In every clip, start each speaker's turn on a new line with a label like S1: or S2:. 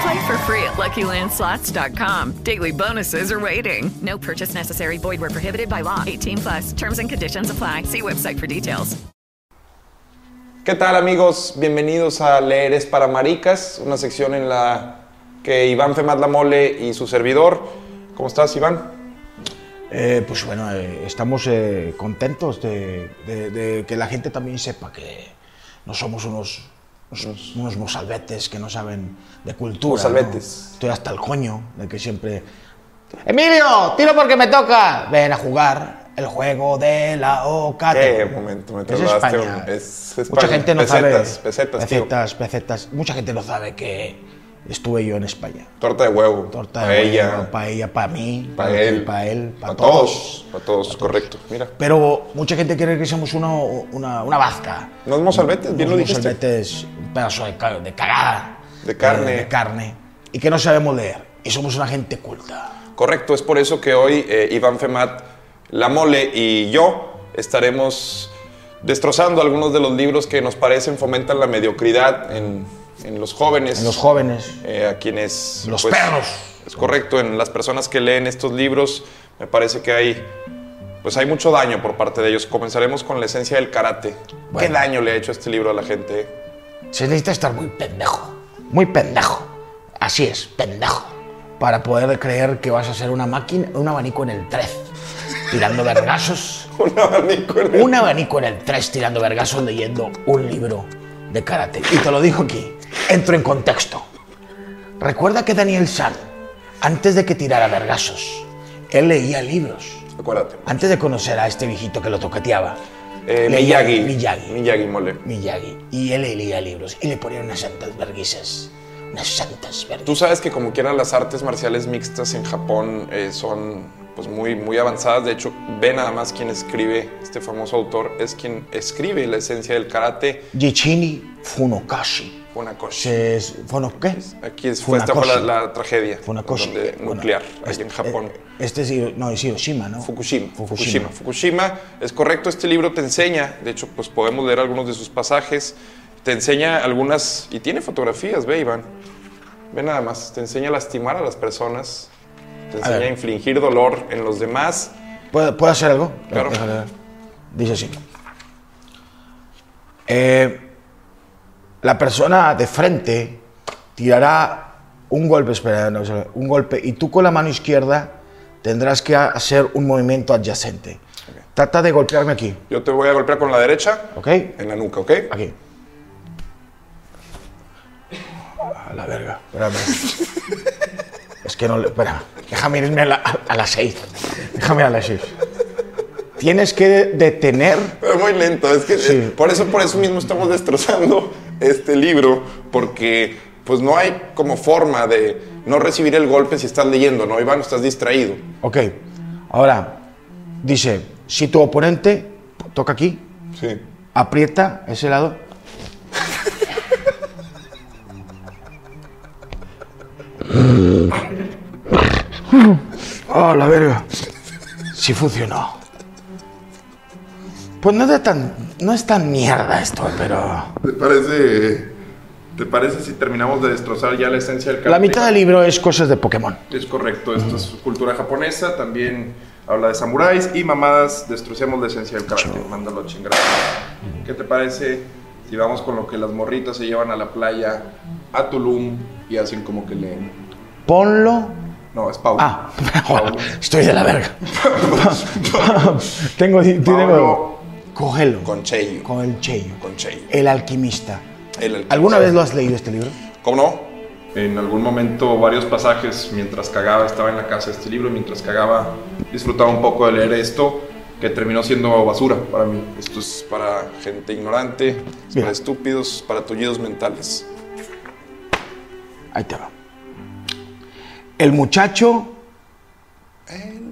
S1: Play for free at LuckyLandSlots.com. Daily bonuses are waiting. No purchase necessary. Void were prohibited by law. 18 plus. Terms and conditions apply. See website for details.
S2: ¿Qué tal amigos? Bienvenidos a Leer es para Maricas, una sección en la que Iván Femat la Mole y su servidor. ¿Cómo estás, Iván?
S3: Eh, pues bueno, eh, estamos eh, contentos de, de- de que la gente también sepa que no somos unos, unos, unos mozalbetes que no saben de cultura.
S2: Mozalbetes.
S3: ¿no? Estoy hasta el coño de que siempre... ¡Emilio, tiro porque me toca! Ven a jugar el juego de la ocate.
S2: Eh, un momento, me
S3: es
S2: tardaste,
S3: España.
S2: es España.
S3: Mucha gente no
S2: Pesetas,
S3: sabe...
S2: pesetas, tío.
S3: pesetas, pesetas. Mucha gente no sabe que estuve yo en España.
S2: Torta de huevo.
S3: Torta de
S2: paella,
S3: para ella, para mí,
S2: pa'
S3: para
S2: él.
S3: para él, para
S2: Pa' todos. Para todos, correcto. Mira.
S3: Pero mucha gente cree que somos una, una, una vasca.
S2: Unos mozalbetes, bien lo
S3: Unos
S2: dijiste.
S3: mozalbetes, un pedazo de, ca- de cagada.
S2: De carne.
S3: De, de carne. Y que no sabemos leer. Y somos una gente culta.
S2: Correcto, es por eso que hoy eh, Iván Femat, La Mole y yo estaremos destrozando algunos de los libros que nos parecen fomentan la mediocridad en, en los jóvenes.
S3: En los jóvenes.
S2: eh, a quienes... pues,
S3: Los perros.
S2: Es correcto, en las personas que leen estos libros me parece que hay... Pues hay mucho daño por parte de ellos. Comenzaremos con la esencia del karate. ¿Qué
S3: Bueno.
S2: daño le ha hecho este libro a la gente? eh?
S3: Se necesita estar muy pendejo. Muy pendejo. Así es, pendejo. Para poder creer que vas a ser una máquina, un abanico en el 3. Tirando vergazos.
S2: Un abanico en el-
S3: un abanico en el 3 tirando vergazos leyendo un libro de karate. Y te lo digo aquí, entro en contexto. Recuerda que Daniel San, antes de que tirara vergazos, él leía libros.
S2: Acuérdate.
S3: Antes de conocer a este viejito que lo tocateaba.
S2: Eh,
S3: leía-
S2: Miyagi.
S3: Miyagi.
S2: Miyagi, mole.
S3: Miyagi. Y él leía libros y le ponían unas santas verguisas. Unas santas verguisas.
S2: Tú sabes que como quiera las artes marciales mixtas en Japón eh, son pues muy, muy avanzadas. De hecho, ve nada más quien escribe, este famoso autor es quien escribe la esencia del karate.
S3: Yichini Funokashi.
S2: Funakoshi.
S3: Se es- ¿Funo qué?
S2: Aquí es- fue, esta fue la,
S3: Funakoshi.
S2: la tragedia
S3: Funakoshi.
S2: donde-
S3: Bueno,
S2: nuclear, ahí
S3: este-
S2: en Japón.
S3: eh, Este es, Hiro- no, es Hiroshima, ¿no?
S2: Fukushima, Fukushima.
S3: Fukushima.
S2: Fukushima, es correcto, este libro te enseña, de hecho, pues podemos leer algunos de sus pasajes, te enseña algunas, y tiene fotografías, ve Iván, ve nada más, te enseña a lastimar a las personas, te enseña a,
S3: ver.
S2: infligir dolor en los demás,
S3: ¿Puedo, puedo hacer algo?
S2: Claro.
S3: Déjale ver. Dice así. Eh, la persona de frente tirará un golpe, espera, no, espera, un golpe, y tú con la mano izquierda tendrás que hacer un movimiento adyacente. Trata de golpearme aquí,
S2: yo te voy a golpear con la derecha,
S3: ¿ok?
S2: en la nuca, ¿ok?
S3: Aquí. A la verga, espérame. es que no le. Espera, déjame irme a, la- a las seis. Déjame ir a las seis. Tienes que detener.
S2: Pero muy lento, es que
S3: Sí.
S2: por eso por eso mismo estamos destrozando este libro porque pues no hay como forma de no recibir el golpe si estás leyendo, no Iván, estás distraído.
S3: Ok, ahora dice: si tu oponente toca aquí,
S2: Sí.
S3: aprieta ese lado. ¡Oh, la verga! Sí funcionó. Pues no es, de tan, no es tan mierda esto, pero...
S2: ¿Te parece te parece si terminamos de destrozar ya la esencia del
S3: La mitad del libro es cosas de Pokémon.
S2: Es correcto, esto es cultura japonesa, también habla de samuráis y mamadas, destrocemos la esencia del karate, mándalo a chingar. ¿Qué te parece si vamos con lo que las morritas se llevan a la playa, a Tulum y hacen como que leen?
S3: Ponlo...
S2: No, es Paulo.
S3: Ah,
S2: Paulo.
S3: estoy de la verga. tengo... tengo-
S2: Paulo
S3: Cógelo.
S2: Con Cheyo.
S3: Con el Cheyo.
S2: Con Cheyo.
S3: El alquimista.
S2: El alquimista.
S3: ¿Alguna vez lo has leído este libro?
S2: ¿Cómo no?
S4: En algún momento, varios pasajes, mientras cagaba, estaba en la casa este libro, mientras cagaba, disfrutaba un poco de leer esto, que terminó siendo basura para mí.
S2: Esto es para gente ignorante, es
S3: Bien.
S2: para estúpidos, para tullidos mentales.
S3: Ahí te va. El muchacho.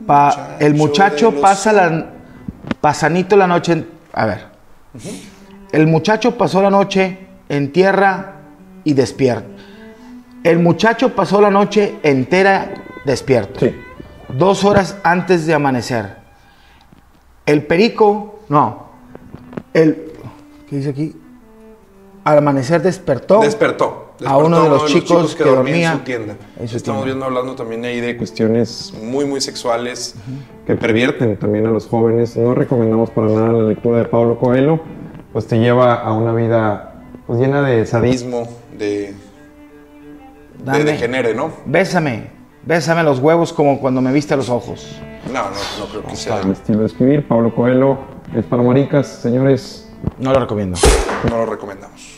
S3: pa- el muchacho
S2: de los-
S3: pasa la. Pasanito la noche. en- a ver. El muchacho pasó la noche en tierra y despierto. El muchacho pasó la noche entera despierto. Dos horas antes de amanecer. El perico. No. El. ¿Qué dice aquí? Al amanecer despertó.
S2: Despertó. despertó
S3: a uno de los, chicos, que, dormía
S2: en su tienda.
S3: en su
S2: Estamos
S3: tienda.
S2: viendo hablando también ahí de cuestiones muy, muy sexuales que pervierten también a los jóvenes. No recomendamos para nada la lectura de Pablo Coelho, pues te lleva a una vida pues, llena de sadismo, de, de
S3: Dame.
S2: degenere, ¿no?
S3: Bésame, bésame los huevos como cuando me viste a los ojos.
S2: No, no, no creo que sea.
S4: El estilo de escribir, Pablo Coelho, es para maricas, señores.
S3: No lo recomiendo.
S2: No lo recomendamos.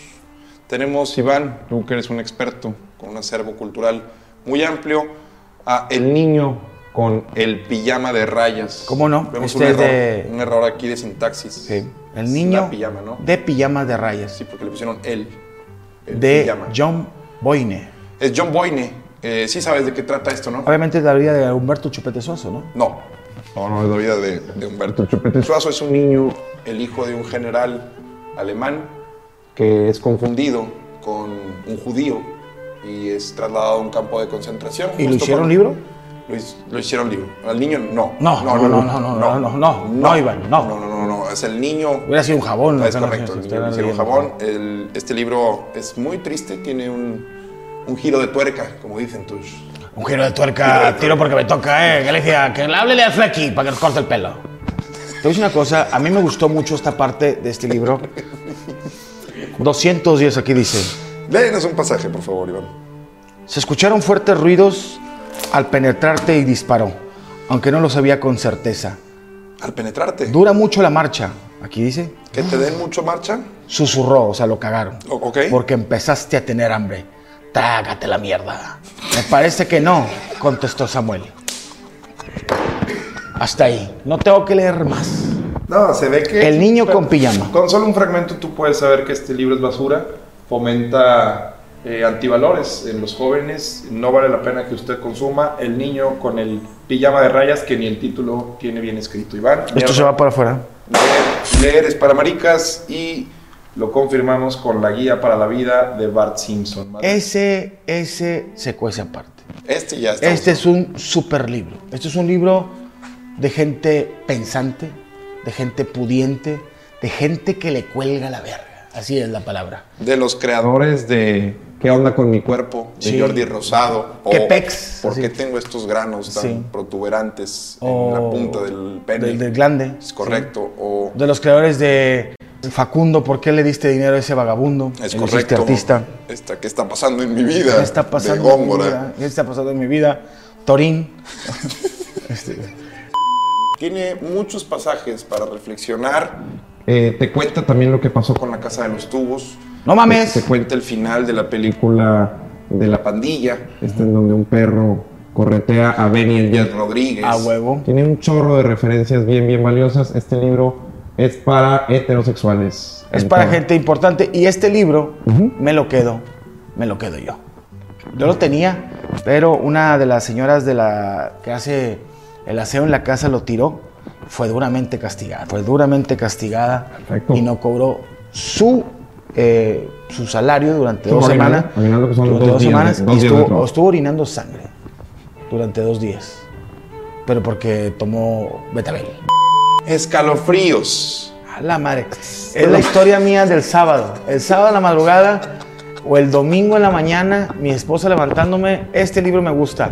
S2: Tenemos, Iván, tú que eres un experto con un acervo cultural muy amplio, a El Niño con el pijama de rayas.
S3: ¿Cómo no?
S2: Vemos
S3: Este
S2: un,
S3: es
S2: error,
S3: de-
S2: un error aquí de sintaxis.
S3: El niño
S2: La pijama, ¿no?
S3: de pijamas de rayas
S2: Sí, porque le pusieron el. el
S3: de
S2: pijama.
S3: John Boyne.
S2: Es John Boyne. Eh, sí sabes de qué trata esto, ¿no?
S3: Obviamente es la vida de Humberto Chupete Suazo, ¿no?
S2: No. No, no, es la vida de, de Humberto Chupete Suazo. Es un niño, el hijo de un general alemán, que es confundido con un judío y es trasladado a un campo de concentración.
S3: ¿Y lo
S2: justo
S3: hicieron
S2: con-
S3: libro?
S2: Lo, his- lo hicieron libro. Al niño no.
S3: No, no, no, no, no, no, no, no, Iván, no.
S2: No, no, no, no. Es el niño.
S3: Hubiera sido un jabón, ¿no?
S2: Es
S3: Que no
S2: correcto.
S3: sé si
S2: el
S3: estoy
S2: niño hicieron
S3: leyendo.
S2: jabón. El- este libro es muy triste, tiene un, un giro de tuerca, como dicen tus,
S3: Un giro de tuerca, tiro porque me toca, ¿eh? Que le decía, que le háblele al Flecky para que nos corte el pelo. Te voy a decir una cosa, a mí me gustó mucho esta parte de este libro. 210 aquí dice.
S2: Léenos un pasaje, por favor, Iván.
S3: Se escucharon fuertes ruidos al penetrarte y disparó, aunque no lo sabía con certeza.
S2: Al penetrarte,
S3: Dura mucho la marcha, aquí dice.
S2: que te den mucho marcha.
S3: Susurró, o sea, lo cagaron.
S2: O- ok.
S3: Porque empezaste a tener hambre. Trágate la mierda. Me parece que no, contestó Samuel. Hasta ahí. No tengo que leer más.
S4: No, se ve que.
S3: El niño con pijama.
S4: Con solo un fragmento tú puedes saber que este libro es basura, fomenta eh, antivalores en los jóvenes, no vale la pena que usted consuma el niño con el pijama de rayas que ni el título tiene bien escrito. Iván,
S3: Esto se va para afuera.
S4: leer, leer es para maricas y lo confirmamos con la guía para la vida de Bart Simpson.
S3: Ese, ese se cuece aparte.
S2: Este ya está.
S3: Este es un super libro. Este es un libro de gente pensante, de gente pudiente, de gente que le cuelga la verga. Así es la palabra.
S2: De los creadores de ¿Qué onda con mi cuerpo? De
S3: Sí.
S2: Jordi Rosado.
S3: ¿Qué pex?
S2: ¿Por
S3: Así.
S2: qué tengo estos granos tan
S3: Sí.
S2: protuberantes en
S3: O
S2: la punta del pene?
S3: Del, del glande.
S2: Es correcto. O
S3: De los creadores de Facundo, ¿por qué le diste dinero a ese vagabundo?
S2: es
S3: Le hiciste
S2: correcto.
S3: este artista.
S2: Esta, ¿Qué está pasando en mi vida?
S3: ¿Qué está pasando?
S2: De
S3: en mi
S2: Góngora.
S3: vida? ¿Qué está pasando en mi vida? Torín. Este,
S2: Tiene muchos pasajes para reflexionar. Eh, te cuenta también lo que pasó con la Casa de los Tubos.
S3: No mames.
S2: Te, te cuenta el final de la película de la pandilla. Este en donde un perro corretea a Benny el Jet Rodríguez.
S3: A huevo.
S2: Tiene un chorro de referencias bien, bien valiosas. Este libro es para heterosexuales.
S3: Es para gente importante. Y este libro me lo quedo, me lo quedo yo. Yo lo tenía, pero una de las señoras de la que hace el aseo en la casa lo tiró. Fue duramente castigada. Fue duramente castigada
S2: Perfecto.
S3: y no cobró su eh, su salario durante
S2: Su
S3: dos
S2: aguinaldo,
S3: semanas.
S2: aguinaldo que son
S3: durante
S2: dos días, dos
S3: semanas y
S2: días de
S3: estuvo,
S2: trabajo.
S3: estuvo orinando sangre durante dos días, pero porque tomó betabel.
S2: Escalofríos.
S3: A la madre. Es la historia mía del sábado. El sábado en la madrugada o el domingo en la mañana, mi esposa levantándome, este libro me gusta.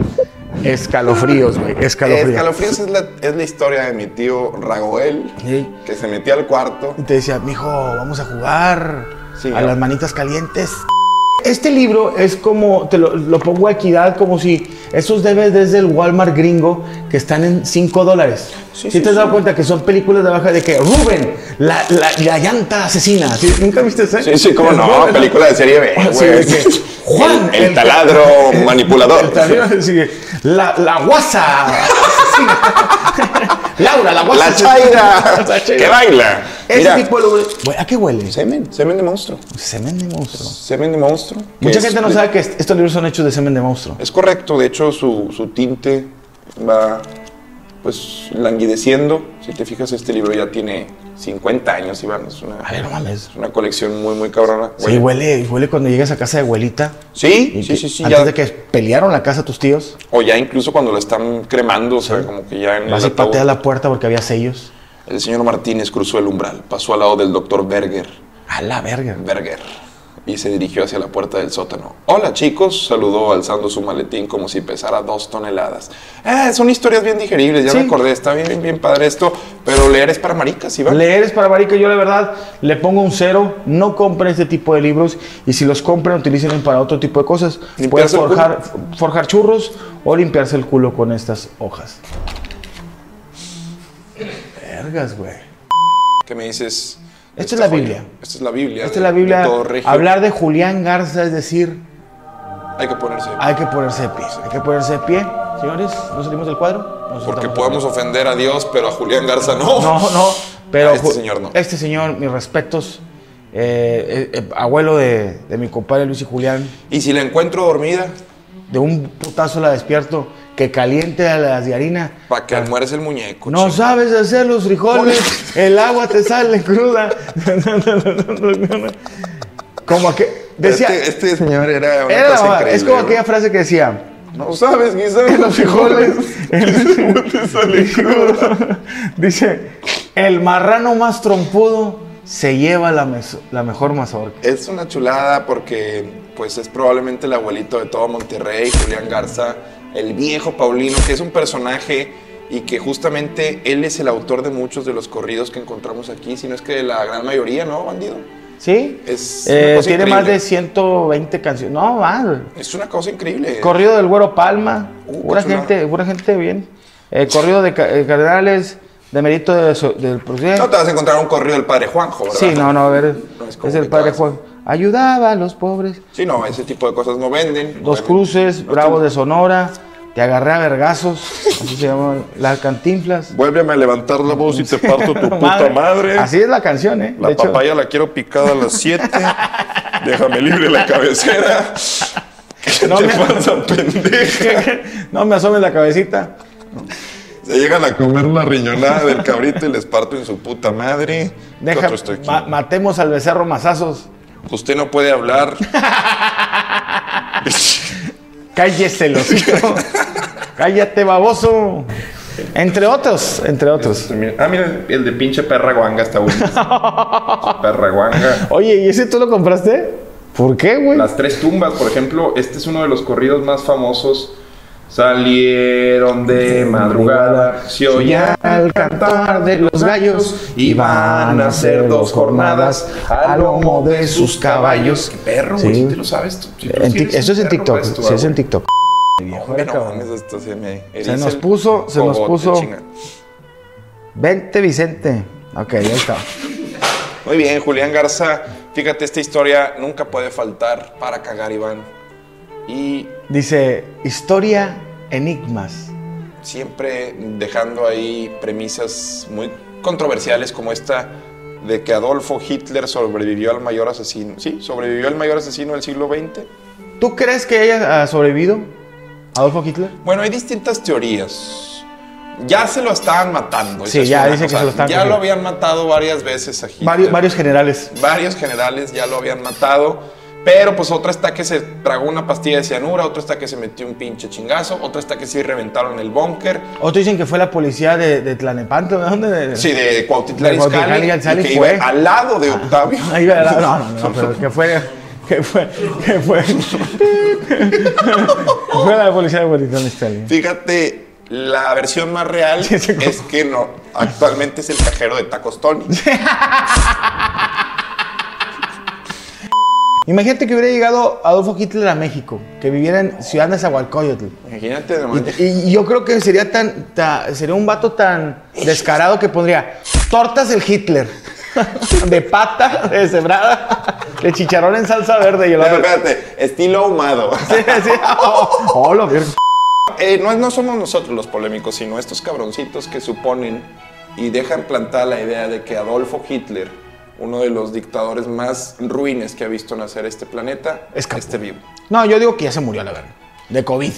S3: Escalofríos, güey. Escalofríos.
S2: Escalofríos es la, es la historia de mi tío Ragoel,
S3: Sí.
S2: que se metía al cuarto.
S3: Y te decía, mijo, vamos a jugar
S2: Sí,
S3: a
S2: yo-
S3: las manitas calientes. Este libro es como, te lo, lo pongo a equidad, como si esos DVDs del Walmart gringo que están en 5 dólares. Si
S2: sí,
S3: te has dado
S2: sí.
S3: cuenta que son películas de baja de que Rubén, la, la, la llanta asesina. ¿Sí? ¿Nunca viste ese?
S2: Sí, sí, cómo no, película de serie B,
S3: Sí,
S2: güey.
S3: de que, Juan,
S2: El taladro manipulador.
S3: el taladro, sí. la, la guasa. asesina. Laura, la guasa.
S2: La chaira,
S3: La chaira.
S2: que baila.
S3: Ese
S2: Mira.
S3: tipo de... Güey, ¿A qué huele?
S2: Semen, semen de monstruo.
S3: Semen de monstruo.
S2: Semen de monstruo. que
S3: Mucha
S2: es-
S3: gente no sabe que est- estos libros son hechos de semen de monstruo.
S2: Es correcto, de hecho su, su tinte va pues languideciendo. Si te fijas, este libro ya tiene 50 años, Iván. Es una,
S3: mames.
S2: es una colección muy, muy cabrona.
S3: Sí, huele, huele cuando llegas a casa de abuelita.
S2: Sí,
S3: Y
S2: sí,
S3: que-
S2: sí, sí,
S3: Antes
S2: ya-
S3: de que pelearon la casa tus tíos,
S2: O ya incluso cuando lo están cremando, o sea, como que ya en
S3: vas y
S2: el ataúd.
S3: pateas la puerta porque había sellos.
S2: El señor Martínez cruzó el umbral, pasó al lado del doctor Berger.
S3: A la verga.
S2: Berger. Y se dirigió hacia la puerta del sótano. Hola chicos, saludó alzando su maletín como si pesara dos toneladas. Ah, son historias bien digeribles, ya
S3: Sí.
S2: me acordé, está bien, bien padre esto, pero leer es para maricas, Iván.
S3: Leer es para marica, yo la verdad le pongo un cero, no compren este tipo de libros y si los compran, utilícenlos para otro tipo de cosas. Pueden
S2: Limpiarse el
S3: forjar, forjar churros o limpiarse el culo con estas hojas. Vergas, güey.
S2: que me dices.
S3: Esta es la
S2: joya,
S3: Biblia.
S2: Esta es la Biblia.
S3: Esta
S2: de-
S3: es la Biblia.
S2: de todo regio.
S3: Hablar de Julián Garza es decir,
S2: Hay que ponerse.
S3: hay que ponerse de pie. Hay que ponerse de pie. Señores, ¿no salimos del cuadro? Nos
S2: Porque
S3: sentamos.
S2: podemos ofender a Dios, pero a Julián Garza no.
S3: No, no, pero.
S2: A este
S3: ju-
S2: señor no.
S3: Este señor, mis respetos. eh, eh, eh, abuelo de, de mi compadre Luis y Julián.
S2: Y si la encuentro dormida,
S3: De un putazo la despierto. Que caliente a las de harina.
S2: para que almuerce el muñeco.
S3: Ah. No
S2: chico.
S3: sabes hacer los frijoles. el agua te sale cruda. como que. Decía.
S2: este, este señor era una
S3: era la
S2: cosa
S3: mamá,
S2: increíble.
S3: es como
S2: güey.
S3: aquella frase que decía.
S2: No sabes, quizás.
S3: los frijoles. Dice, el marrano más trompudo se lleva la, mes- la mejor mazorca.
S2: Es una chulada porque pues es probablemente el abuelito de todo Monterrey, Julián Garza, el viejo Paulino, que es un personaje y que justamente él es el autor de muchos de los corridos que encontramos aquí, si no es que de la gran mayoría, ¿no, bandido?
S3: ¿Sí?
S2: Es
S3: Eh,
S2: una cosa
S3: tiene más de
S2: increíble.
S3: 120 canciones. No, más.
S2: Es una cosa increíble.
S3: Corrido del Güero Palma.
S2: Uh,
S3: pura
S2: qué chulada.
S3: gente, pura gente bien. Eh, corrido de ca- eh, Cardenales, de Merito de so- del Procés.
S2: No te vas a encontrar un corrido del padre Juanjo, ¿verdad?
S3: sí, no, no, a ver.
S2: No, es
S3: es el padre
S2: complicado.
S3: Juan. Ayudaba a los pobres.
S2: Sí, no, ese tipo de cosas no venden.
S3: Los
S2: Obviamente.
S3: cruces,
S2: No
S3: Bravos
S2: te-
S3: de Sonora, te agarré a vergazos, así se llama, las cantinflas.
S2: Vuélveme a levantar la voz y te parto tu
S3: Madre. Así es la canción, ¿eh? De hecho,
S2: la quiero picada a las 7. Déjame libre la cabecera. ¿Qué
S3: No
S2: te
S3: me-
S2: pasa, pendeja?
S3: no me asomes la cabecita.
S2: Se llegan a comer la riñonada del cabrito y les parto en su puta madre. ¿Qué
S3: Deja,
S2: otro está aquí?
S3: ma- matemos al becerro mazazos.
S2: Usted no puede hablar.
S3: Cállese, los Cállate, baboso. Entre otros, entre otros.
S5: Ah, mira, el de pinche perra guanga está bueno. perra guanga.
S3: Oye, ¿y ese tú lo compraste? ¿Por qué, güey?
S5: Las tres tumbas, por ejemplo, este es uno de los corridos más famosos. Salieron de madrugada, se oía al cantar de los gallos, iban a hacer dos jornadas al lomo de sus caballos. ¡Qué perro, güey!
S3: Sí.
S5: ¿Tú te lo sabes tú? Si tú
S3: En
S5: sí
S3: ti-
S5: eres
S3: eso
S5: un
S3: es
S5: perro,
S3: en TikTok,
S5: pues, tú, ah,
S3: sí, es en
S5: güey.
S3: TikTok.
S2: Hombre, no
S3: cabrón.
S2: mames, esto se me
S3: Se
S2: eriza
S3: nos
S2: el
S3: puso- se nos
S2: cogote,
S3: puso-
S2: chinga.
S3: Vente, Vicente. Ok, ahí está.
S2: Muy bien, Julián Garza. Fíjate, esta historia nunca puede faltar para cagar, Iván. Y
S3: Dice, historia, enigmas.
S2: siempre dejando ahí premisas muy controversiales como esta de que Adolfo Hitler sobrevivió al mayor asesino. Sí, sobrevivió al mayor asesino del siglo XX.
S3: ¿Tú crees que ella ha sobrevivido? Adolfo Hitler.
S2: Bueno, hay distintas teorías. Ya se lo estaban matando. esa
S3: Sí,
S2: es
S3: ya
S2: una,
S3: dicen
S2: o
S3: que
S2: sea,
S3: se lo estaban
S2: Ya
S3: cogiendo.
S2: lo habían matado varias veces a Hitler.
S3: Varios, varios generales.
S2: Varios generales ya lo habían matado, pero pues otra está que se tragó una pastilla de cianura, otra está que se metió un pinche chingazo, otra está que sí reventaron el búnker.
S3: Otros dicen que fue la policía de, de Tlalnepantla, ¿de dónde? De-
S2: Sí, de Cuautitlán
S3: De Cuautitlán
S2: Izcalli,
S3: Izcalli
S2: y que
S3: fue. Ah.
S2: iba al lado de Octavio.
S3: Ahí va, la- no, no, no, pero que fue, que fue, que fue. fue la policía de Cuautitlán Izcalli.
S2: Fíjate, la versión más real
S3: Sí, sí, como-
S2: es que no, actualmente es el cajero de Tacos Tony.
S3: Imagínate que hubiera llegado Adolfo Hitler a México, que viviera en Ciudad de Zahualcóyotl.
S2: Imagínate, nomás.
S3: Y, y yo creo que sería tan, ta- sería un vato tan descarado que pondría tortas el Hitler. De pata, de cebrada, de chicharrón en salsa verde. Y el
S2: Espérate,
S3: otro-
S2: espérate, estilo ahumado.
S3: Sí, sí. Oh, oh, la verga.
S2: Eh, no, es- no somos nosotros los polémicos, sino estos cabroncitos que suponen y dejan plantada la idea de que Adolfo Hitler, uno de los dictadores más ruines que ha visto nacer este planeta, esté este vivo.
S3: No, yo digo que ya se murió, la verga. De COVID.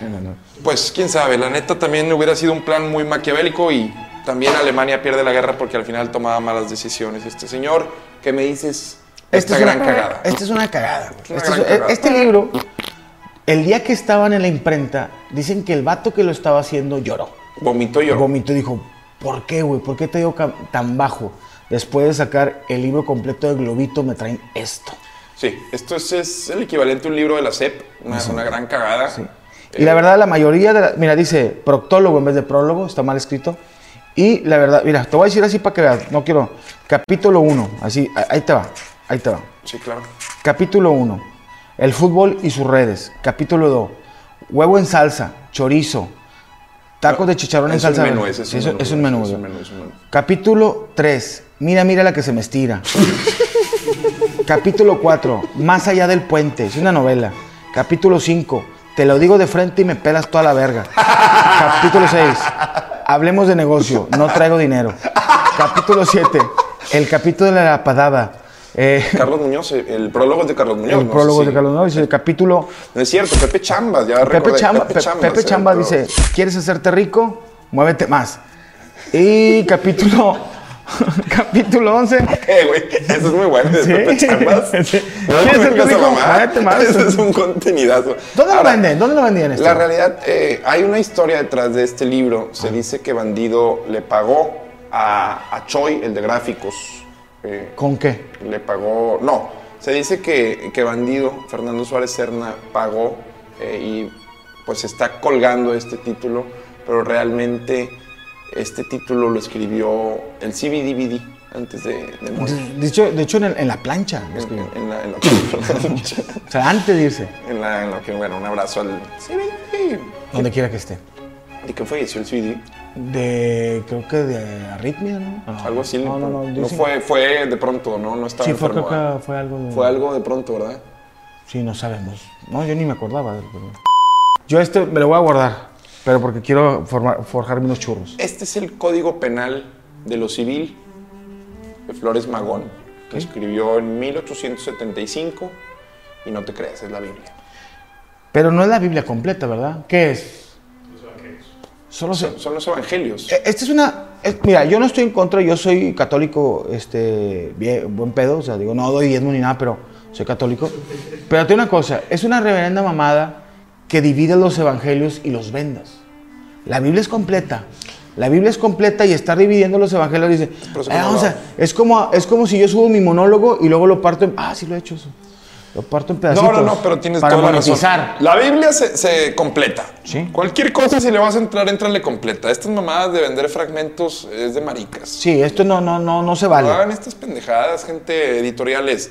S3: No, no, no.
S2: Pues quién sabe, la neta también hubiera sido un plan muy maquiavélico y también Alemania pierde la guerra porque al final tomaba malas decisiones. Este señor, ¿qué me dices?
S3: Esta
S2: Esta
S3: es
S2: gran
S3: una-
S2: cagada.
S3: Esta es una cagada. güey.
S2: una
S3: Este, es-
S2: gran cagada.
S3: este libro, el día que estaban en la imprenta, dicen que el vato que lo estaba haciendo lloró.
S2: Vomitó y lloró.
S3: Vomitó y dijo, ¿por qué, güey? ¿Por qué te digo ca- tan bajo? Después de sacar el libro completo de Globito, me traen esto.
S2: Sí, esto es, es el equivalente a un libro de la SEP, una, una gran cagada.
S3: Y la verdad, la mayoría de la- Mira, dice proctólogo en vez de prólogo, está mal escrito. Y la verdad, mira, te voy a decir así para que veas, no quiero. Capítulo 1, así, a- ahí te va, ahí te va.
S2: Sí, claro.
S3: Capítulo 1, el fútbol y sus redes. Capítulo 2, huevo en salsa, chorizo, tacos de chicharrón en
S2: Es un
S3: salsa.
S2: menú,
S3: verde.
S2: ese es
S3: Sí,
S2: un menú,
S3: es un menú.
S2: es un
S3: güey.
S2: menú, es un menú.
S3: Capítulo 3, mira, mira la que se me estira. Capítulo 4, Más allá del puente, es una novela. Capítulo 5, Te lo digo de frente y me pelas toda la verga. Capítulo 6, Hablemos de negocio, no traigo dinero. Capítulo 7, El capítulo de la patada. Eh,
S2: Carlos Muñoz, eh, el prólogo es de Carlos Muñoz.
S3: el
S2: ¿no?
S3: prólogo
S2: Sí.
S3: de Carlos Núñez, el capítulo
S2: No es cierto, Pepe Chambas, ya
S3: Pepe
S2: recordé,
S3: Chamba, Pe- Pepe
S2: eh,
S3: Chamba
S2: pero-
S3: dice, ¿quieres hacerte rico? Muévete más. Y capítulo, capítulo 11.
S2: Eh, güey, eso es muy bueno. de
S3: Sí.
S2: Pepe Chambas.
S3: Sí.
S2: No
S3: ¿Quieres
S2: me
S3: ser
S2: vengas a
S3: rico?
S2: mamar.
S3: Cállate más.
S2: Eso es un contenidazo.
S3: ¿Dónde lo
S2: Ahora,
S3: venden? ¿Dónde lo vendían esto?
S2: La realidad, eh, hay una historia detrás de este libro. Se
S3: Ah.
S2: dice que Bandido le pagó a, a Choi, el de gráficos. eh,
S3: ¿Con qué?
S2: le pagó. No, se dice que, que Bandido, Fernando Suárez Serna, pagó eh, y pues está colgando este título, pero realmente este título lo escribió el CBDBD antes de, de morir.
S3: De, de hecho, de hecho en, el- en la plancha. lo
S2: En,
S3: escribió.
S2: en la, en la que,
S3: O sea, antes de irse,
S2: en la- en la que, bueno, un abrazo al CBDBD.
S3: donde quiera que esté.
S2: ¿De qué falleció el CBD?
S3: De, creo que de arritmia, ¿no? Ah,
S2: Algo así.
S3: No, no, no. dicen-
S2: fue, fue de pronto, ¿no? No estaba
S3: Sí, fue,
S2: enfermo,
S3: creo que
S2: ¿verdad?
S3: fue algo de...
S2: Fue algo de pronto, ¿verdad?
S3: Sí, no sabemos. No, yo ni me acordaba. del problema. Yo este me lo voy a guardar, pero porque quiero formar- forjarme unos churros.
S2: Este es el código penal de lo civil de Flores Magón, que escribió en 1875 y no te creas, es la Biblia.
S3: Pero no es la Biblia completa, ¿verdad? ¿Qué es? Solo se...
S2: Son, son los evangelios.
S3: Eh, Esta es una. eh, Mira, yo no estoy en contra, yo soy católico, este, bien- buen pedo, o sea, digo, no doy diezmo ni nada, pero soy católico. Pero te digo una cosa, es una reverenda mamada que divide los evangelios y los vendas. La Biblia es completa. La Biblia es completa y estar dividiendo los evangelios dice,
S2: Pero se
S3: "Ah,
S2: como
S3: o sea,
S2: va".
S3: es como, es como si yo subo mi monólogo y luego lo parto en, ah, sí lo he hecho eso. Lo parto en pedacitos.
S2: No, no, no, pero tienes
S3: para
S2: toda
S3: monetizar.
S2: la razón. La Biblia se, se completa.
S3: Sí.
S2: Cualquier cosa, si le vas a entrar, entrale completa. Estas mamadas de vender fragmentos es de maricas.
S3: Sí, esto no, no, no, no se vale.
S2: Ah, No hagan estas pendejadas, gente editoriales.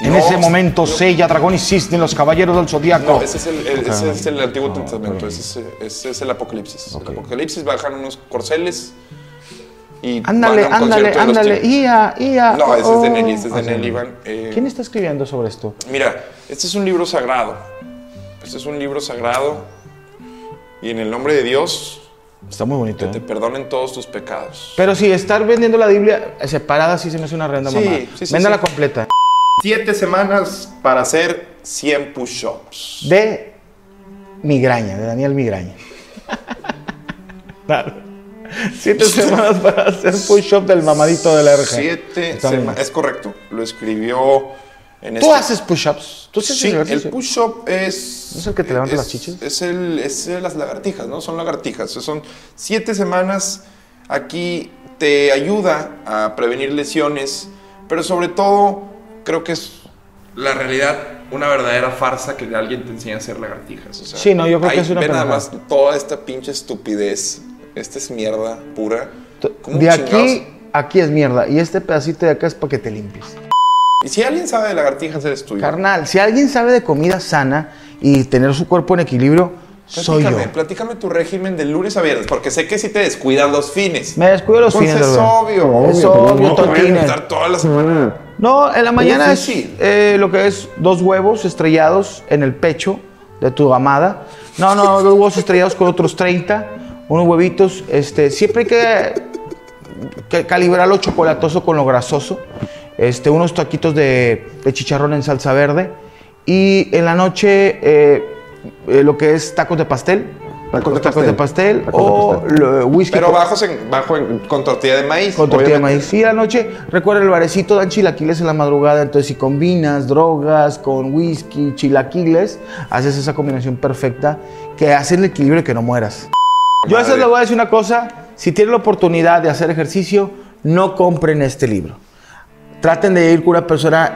S3: En
S2: No,
S3: ese momento,
S2: no,
S3: sella, dragón y cisne, los caballeros del zodiaco.
S2: No, ese es el, el- ese es el Antiguo
S3: Ah,
S2: Testamento,
S3: ok.
S2: ese es, ese es el Apocalipsis. El Apocalipsis bajan unos corceles y
S3: Ándale,
S2: van a un
S3: ándale,
S2: concierto de los
S3: ándale.
S2: Tigres.
S3: Ia, ia.
S2: No, ese es de
S3: oh.
S2: Nelly, ese es de
S3: Ah, sí.
S2: Nelly Iván. Eh,
S3: ¿Quién está escribiendo sobre esto?
S2: Mira, este es un libro sagrado. Este es un libro sagrado y en el nombre de Dios
S3: Está muy bonito.
S2: que te
S3: ¿eh?
S2: perdonen todos tus pecados.
S3: Pero sí, estar vendiendo la Biblia separada sí se me hace una renda
S2: Sí,
S3: mamá.
S2: sí, sí,
S3: Véndala
S2: sí.
S3: completa.
S2: Siete semanas para hacer 100 push-ups.
S3: De Migraña, de Daniel Migraña. Claro. Siete semanas para hacer push-up del mamadito de la RG.
S2: Siete
S3: Está bien.
S2: semanas. Es correcto. Lo escribió en
S3: Tú
S2: este-
S3: haces push-ups. Tú haces
S2: Sí, el
S3: Pues ejercicio?
S2: push-up es.
S3: ¿No es el que te levanta
S2: es-
S3: las chichis?
S2: Es, el, es de las lagartijas, ¿no? Son lagartijas. Son siete semanas. Aquí te ayuda a prevenir lesiones, pero sobre todo creo que es la realidad una verdadera farsa que alguien te enseña a hacer lagartijas. O sea,
S3: Sí, no, yo creo que
S2: ahí
S3: es una
S2: ve nada más
S3: pendejada.
S2: toda esta pinche estupidez. Esta es mierda pura. ¿Cómo
S3: De
S2: chingados?
S3: aquí, aquí es mierda. Y este pedacito de acá es para que te limpies.
S2: Y si alguien sabe de lagartijas, eres tú.
S3: Carnal, si alguien sabe de comida sana y tener su cuerpo en equilibrio, soy yo.
S2: Platícame, platícame tu régimen de lunes a viernes, porque sé que si te descuidas los fines.
S3: Me descuido los
S2: Pues
S3: fines.
S2: es
S3: del lugar.
S2: obvio.
S3: Es
S2: Obvio, pero
S3: obvio,
S2: no te voy a
S3: tontines.
S2: inventar toda la semana.
S3: No, en la mañana es
S2: Difícil.
S3: eh, lo que es dos huevos estrellados en el pecho de tu amada. No, no, dos huevos estrellados con otros 30, unos huevitos. Este, siempre hay que, que calibrar lo chocolatoso con lo grasoso. Este, unos taquitos de, de chicharrón en salsa verde. Y en la noche, eh, eh, lo que es tacos de pastel. Tacos, de, pastel.
S2: Tacos de
S3: o
S2: pastel.
S3: lo- whisky.
S2: Pero
S3: con-
S2: bajos en, bajo en- con tortilla de maíz.
S3: con tortilla de
S2: obviamente.
S3: maíz. Sí, anoche, recuerda el barecito dan chilaquiles en la madrugada, entonces si combinas drogas con whisky, chilaquiles, haces esa combinación perfecta que hace el equilibrio y que no mueras. Yo a veces
S6: Madre.
S3: les voy a decir una cosa, si tienen la oportunidad de hacer ejercicio, no compren este libro. Traten de ir con una persona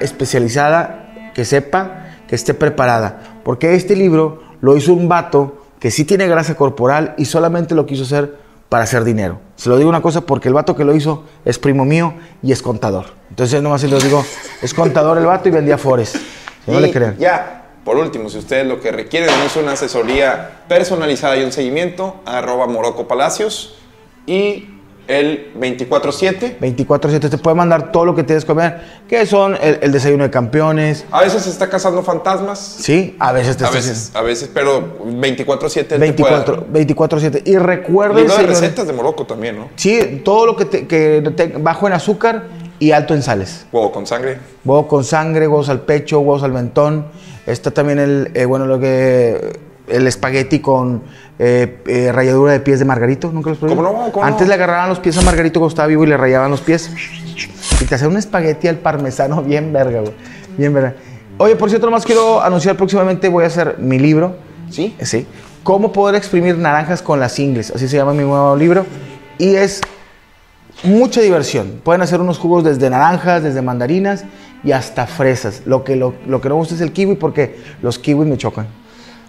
S3: especializada que sepa, que esté preparada, porque este libro lo hizo un vato que sí tiene grasa corporal y solamente lo quiso hacer para hacer dinero. Se lo digo una cosa porque el vato que lo hizo es primo mío y es contador. Entonces nomás se los digo, es contador el vato y vendía fores. Si no
S2: Y
S3: le crean.
S2: Ya, por último, si ustedes lo que requieren es una asesoría personalizada y un seguimiento, arroba Morocco Palacios y el 24-7.
S3: 24-7 te puede mandar todo lo que tienes que comer, que son el, el desayuno de campeones.
S2: A veces se está cazando fantasmas.
S3: Este Sí, a veces te
S2: A
S3: está
S2: veces, a veces, pero 24-7. él te puede dar.
S3: 24, 24-7. Y recuerden,
S2: Libro de
S3: señores,
S2: recetas de Morocco también, ¿no?
S3: sí, todo lo que, te- que te- bajo en azúcar y alto en sales.
S2: Huevo con sangre.
S3: Huevo con sangre, huevos al pecho, huevos al mentón. Está también el, eh, bueno, lo que, el espagueti con eh, eh, ralladura de pies de margarito. ¿Nunca los probé?
S2: ¿Cómo no? ¿Cómo
S3: Antes
S2: no?
S3: le agarraban los pies a margarito cuando estaba vivo y le rayaban los pies. Y te hacían un espagueti al parmesano bien verga, güey. Bien verga. Oye, por cierto, nomás quiero anunciar próximamente voy a hacer mi libro.
S2: ¿Sí?
S3: Sí. Cómo poder exprimir naranjas con las ingles. Así se llama mi nuevo libro. Y es mucha diversión. Pueden hacer unos jugos desde naranjas, desde mandarinas y hasta fresas. Lo que, lo, lo que no me gusta es el kiwi porque los kiwis me chocan.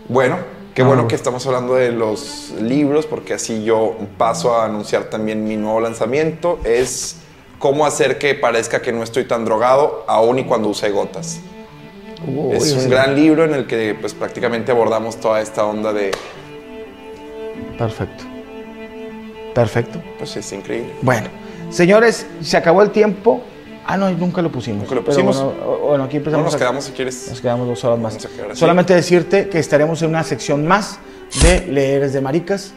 S2: Bueno, qué
S3: Ah,
S2: bueno
S3: bueno.
S2: que estamos hablando de los libros, porque así yo paso a anunciar también mi nuevo lanzamiento. Es cómo hacer que parezca que no estoy tan drogado, aún y cuando use gotas. es un gran libro en el que pues, prácticamente abordamos toda esta onda de...
S3: Perfecto. Perfecto.
S2: Pues es increíble.
S3: Bueno, señores, se acabó el tiempo. Ah, no, nunca lo pusimos.
S2: Nunca lo
S3: Pero
S2: pusimos.
S3: bueno, o- bueno, aquí
S2: No,
S3: empezamos.
S2: nos
S3: a-
S2: quedamos si quieres.
S3: Nos quedamos dos horas más.
S2: así.
S3: Solamente decirte que estaremos en una sección más de Leeres de Maricas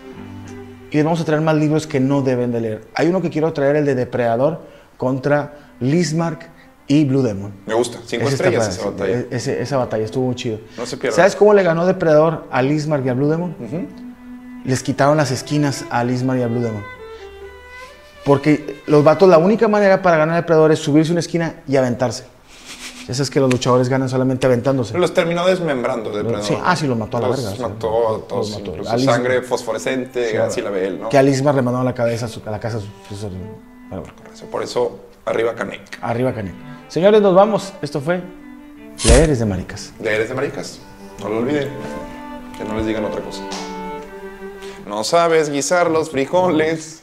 S3: y vamos a traer más libros que no deben de leer. Hay uno que quiero traer, el de Depredador contra Lismark y Blue Demon.
S2: Me gusta. Cinco
S3: Ese está
S2: estrellas
S3: padre,
S2: esa batalla.
S3: e- ese- esa batalla estuvo muy chido.
S2: No se pierda.
S3: ¿Sabes cómo le ganó Depredador a Lismark y a Blue Demon? Les quitaron las esquinas a Lismark y a Blue Demon. Porque los vatos, la única manera para ganar a Depredador es subirse una esquina y aventarse. Eso es que los luchadores ganan solamente aventándose.
S2: Los terminó desmembrando. Depredador.
S3: Sí, ah, sí, los mató a la
S2: Los
S3: verga, sí.
S2: mató a todos. incluso
S3: Alice-
S2: sangre fosforescente,
S3: Sí,
S2: gracias a la ve él, ¿no?
S3: Que a Lismar le mandaron la cabeza a, su- a la casa. a su- a su- a su-
S2: Por eso, arriba Canek.
S3: arriba, Canek. Señores, nos vamos. Esto fue Leeres de Maricas.
S2: De eres de maricas. No lo olviden. Que no les digan otra cosa. No sabes guisar los frijoles.